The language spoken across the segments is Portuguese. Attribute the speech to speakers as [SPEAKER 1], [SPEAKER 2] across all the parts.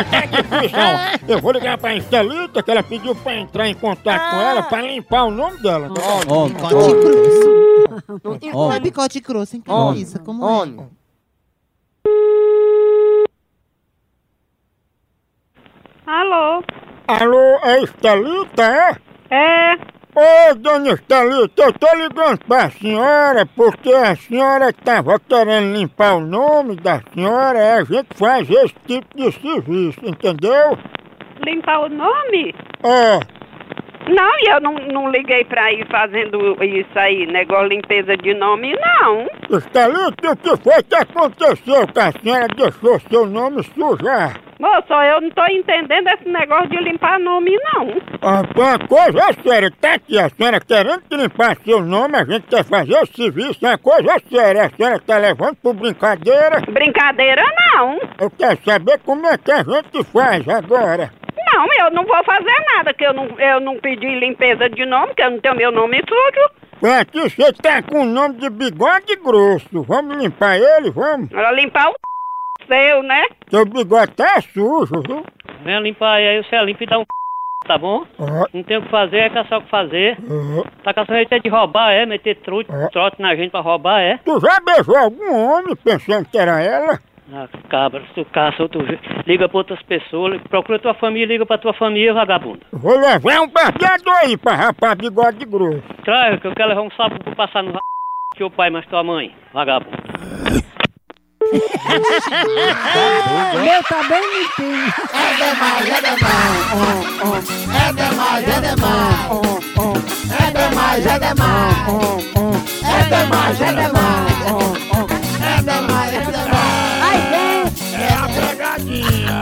[SPEAKER 1] Ataque de fusão. Eu vou ligar pra Estelita que ela pediu pra entrar em contato com ela pra limpar o nome dela.
[SPEAKER 2] Ó,
[SPEAKER 3] Picote grosso. E Não é
[SPEAKER 2] Homem.
[SPEAKER 3] picote grosso, hein? Que
[SPEAKER 2] Homem.
[SPEAKER 3] isso? Como é?
[SPEAKER 4] Homem.
[SPEAKER 5] Alô?
[SPEAKER 1] Alô, é Estelita, é?
[SPEAKER 5] É,
[SPEAKER 1] Ô, dona Estelita, eu tô ligando pra senhora porque a senhora tava querendo limpar o nome da senhora e a gente faz esse tipo de serviço, entendeu?
[SPEAKER 5] limpar o nome?
[SPEAKER 1] É,
[SPEAKER 5] Não, e eu não, não liguei pra ir fazendo isso aí, negócio limpeza de nome, não.
[SPEAKER 1] Estelita, o que foi que aconteceu que a senhora deixou seu nome sujar?
[SPEAKER 5] Moço, eu não tô entendendo esse negócio de limpar nome, não.
[SPEAKER 1] Ah, pô, uma coisa séria, tá aqui, a senhora querendo que limpar seu nome, a gente quer fazer o serviço, é uma coisa séria, a senhora tá levando por brincadeira,
[SPEAKER 5] Brincadeira, não.
[SPEAKER 1] eu quero saber como é que a gente faz agora.
[SPEAKER 5] Não, eu não vou fazer nada, que eu não, eu não pedi limpeza de nome, que eu não tenho meu nome sujo.
[SPEAKER 1] Pô, Aqui você tá com o nome de bigode grosso, vamos limpar ele, vamos?
[SPEAKER 5] Ela limpar o seu, né?
[SPEAKER 1] Seu bigode tá sujo, viu?
[SPEAKER 6] Vem limpar aí, aí você limpa e dá um tá bom?
[SPEAKER 1] Ah,
[SPEAKER 6] Não tem o que fazer, é caçar o que fazer.
[SPEAKER 1] ah.
[SPEAKER 6] Tá caçando a gente é de roubar, é? Meter trote, trote na gente pra roubar, é?
[SPEAKER 1] Tu já beijou algum homem pensando que era ela?
[SPEAKER 6] Ah, cabra, tu caça, tu liga pra outras pessoas, li- procura tua família, liga pra tua família, vagabundo.
[SPEAKER 1] Vou levar um barbeador aí pra rapar bigode grosso.
[SPEAKER 6] Traga que eu quero levar um sapo pra passar no ra- teu pai, mas tua mãe, vagabundo.
[SPEAKER 2] Meu tá bem limpinho.
[SPEAKER 3] É demais, é demais. Oh, oh. É demais, é demais. Oh, oh. É demais, é demais. Oh, oh. É demais, é demais. Oh, oh. É demais, é demais.
[SPEAKER 2] Ai, vem.
[SPEAKER 1] É a pegadinha!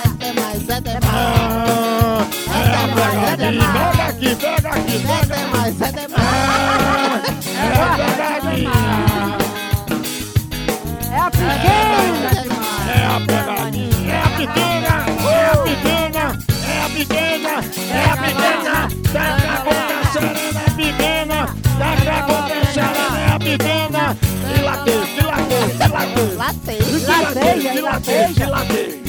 [SPEAKER 3] É demais, é demais. É demais, é demais.
[SPEAKER 1] Pega aqui, pega aqui,
[SPEAKER 3] É demais, é demais.
[SPEAKER 1] pega aqui.
[SPEAKER 2] É a pequena.
[SPEAKER 1] É a pegadinha, é a pequena, é a pequena, é a pequena, é a pequena, tá cagona, serena, é pequena, tá cagona, serena, é a pequena, dilatei, dilatei, dilatei,
[SPEAKER 3] Latei.
[SPEAKER 2] Lateia,
[SPEAKER 1] dilatei, dilatei, dilatei.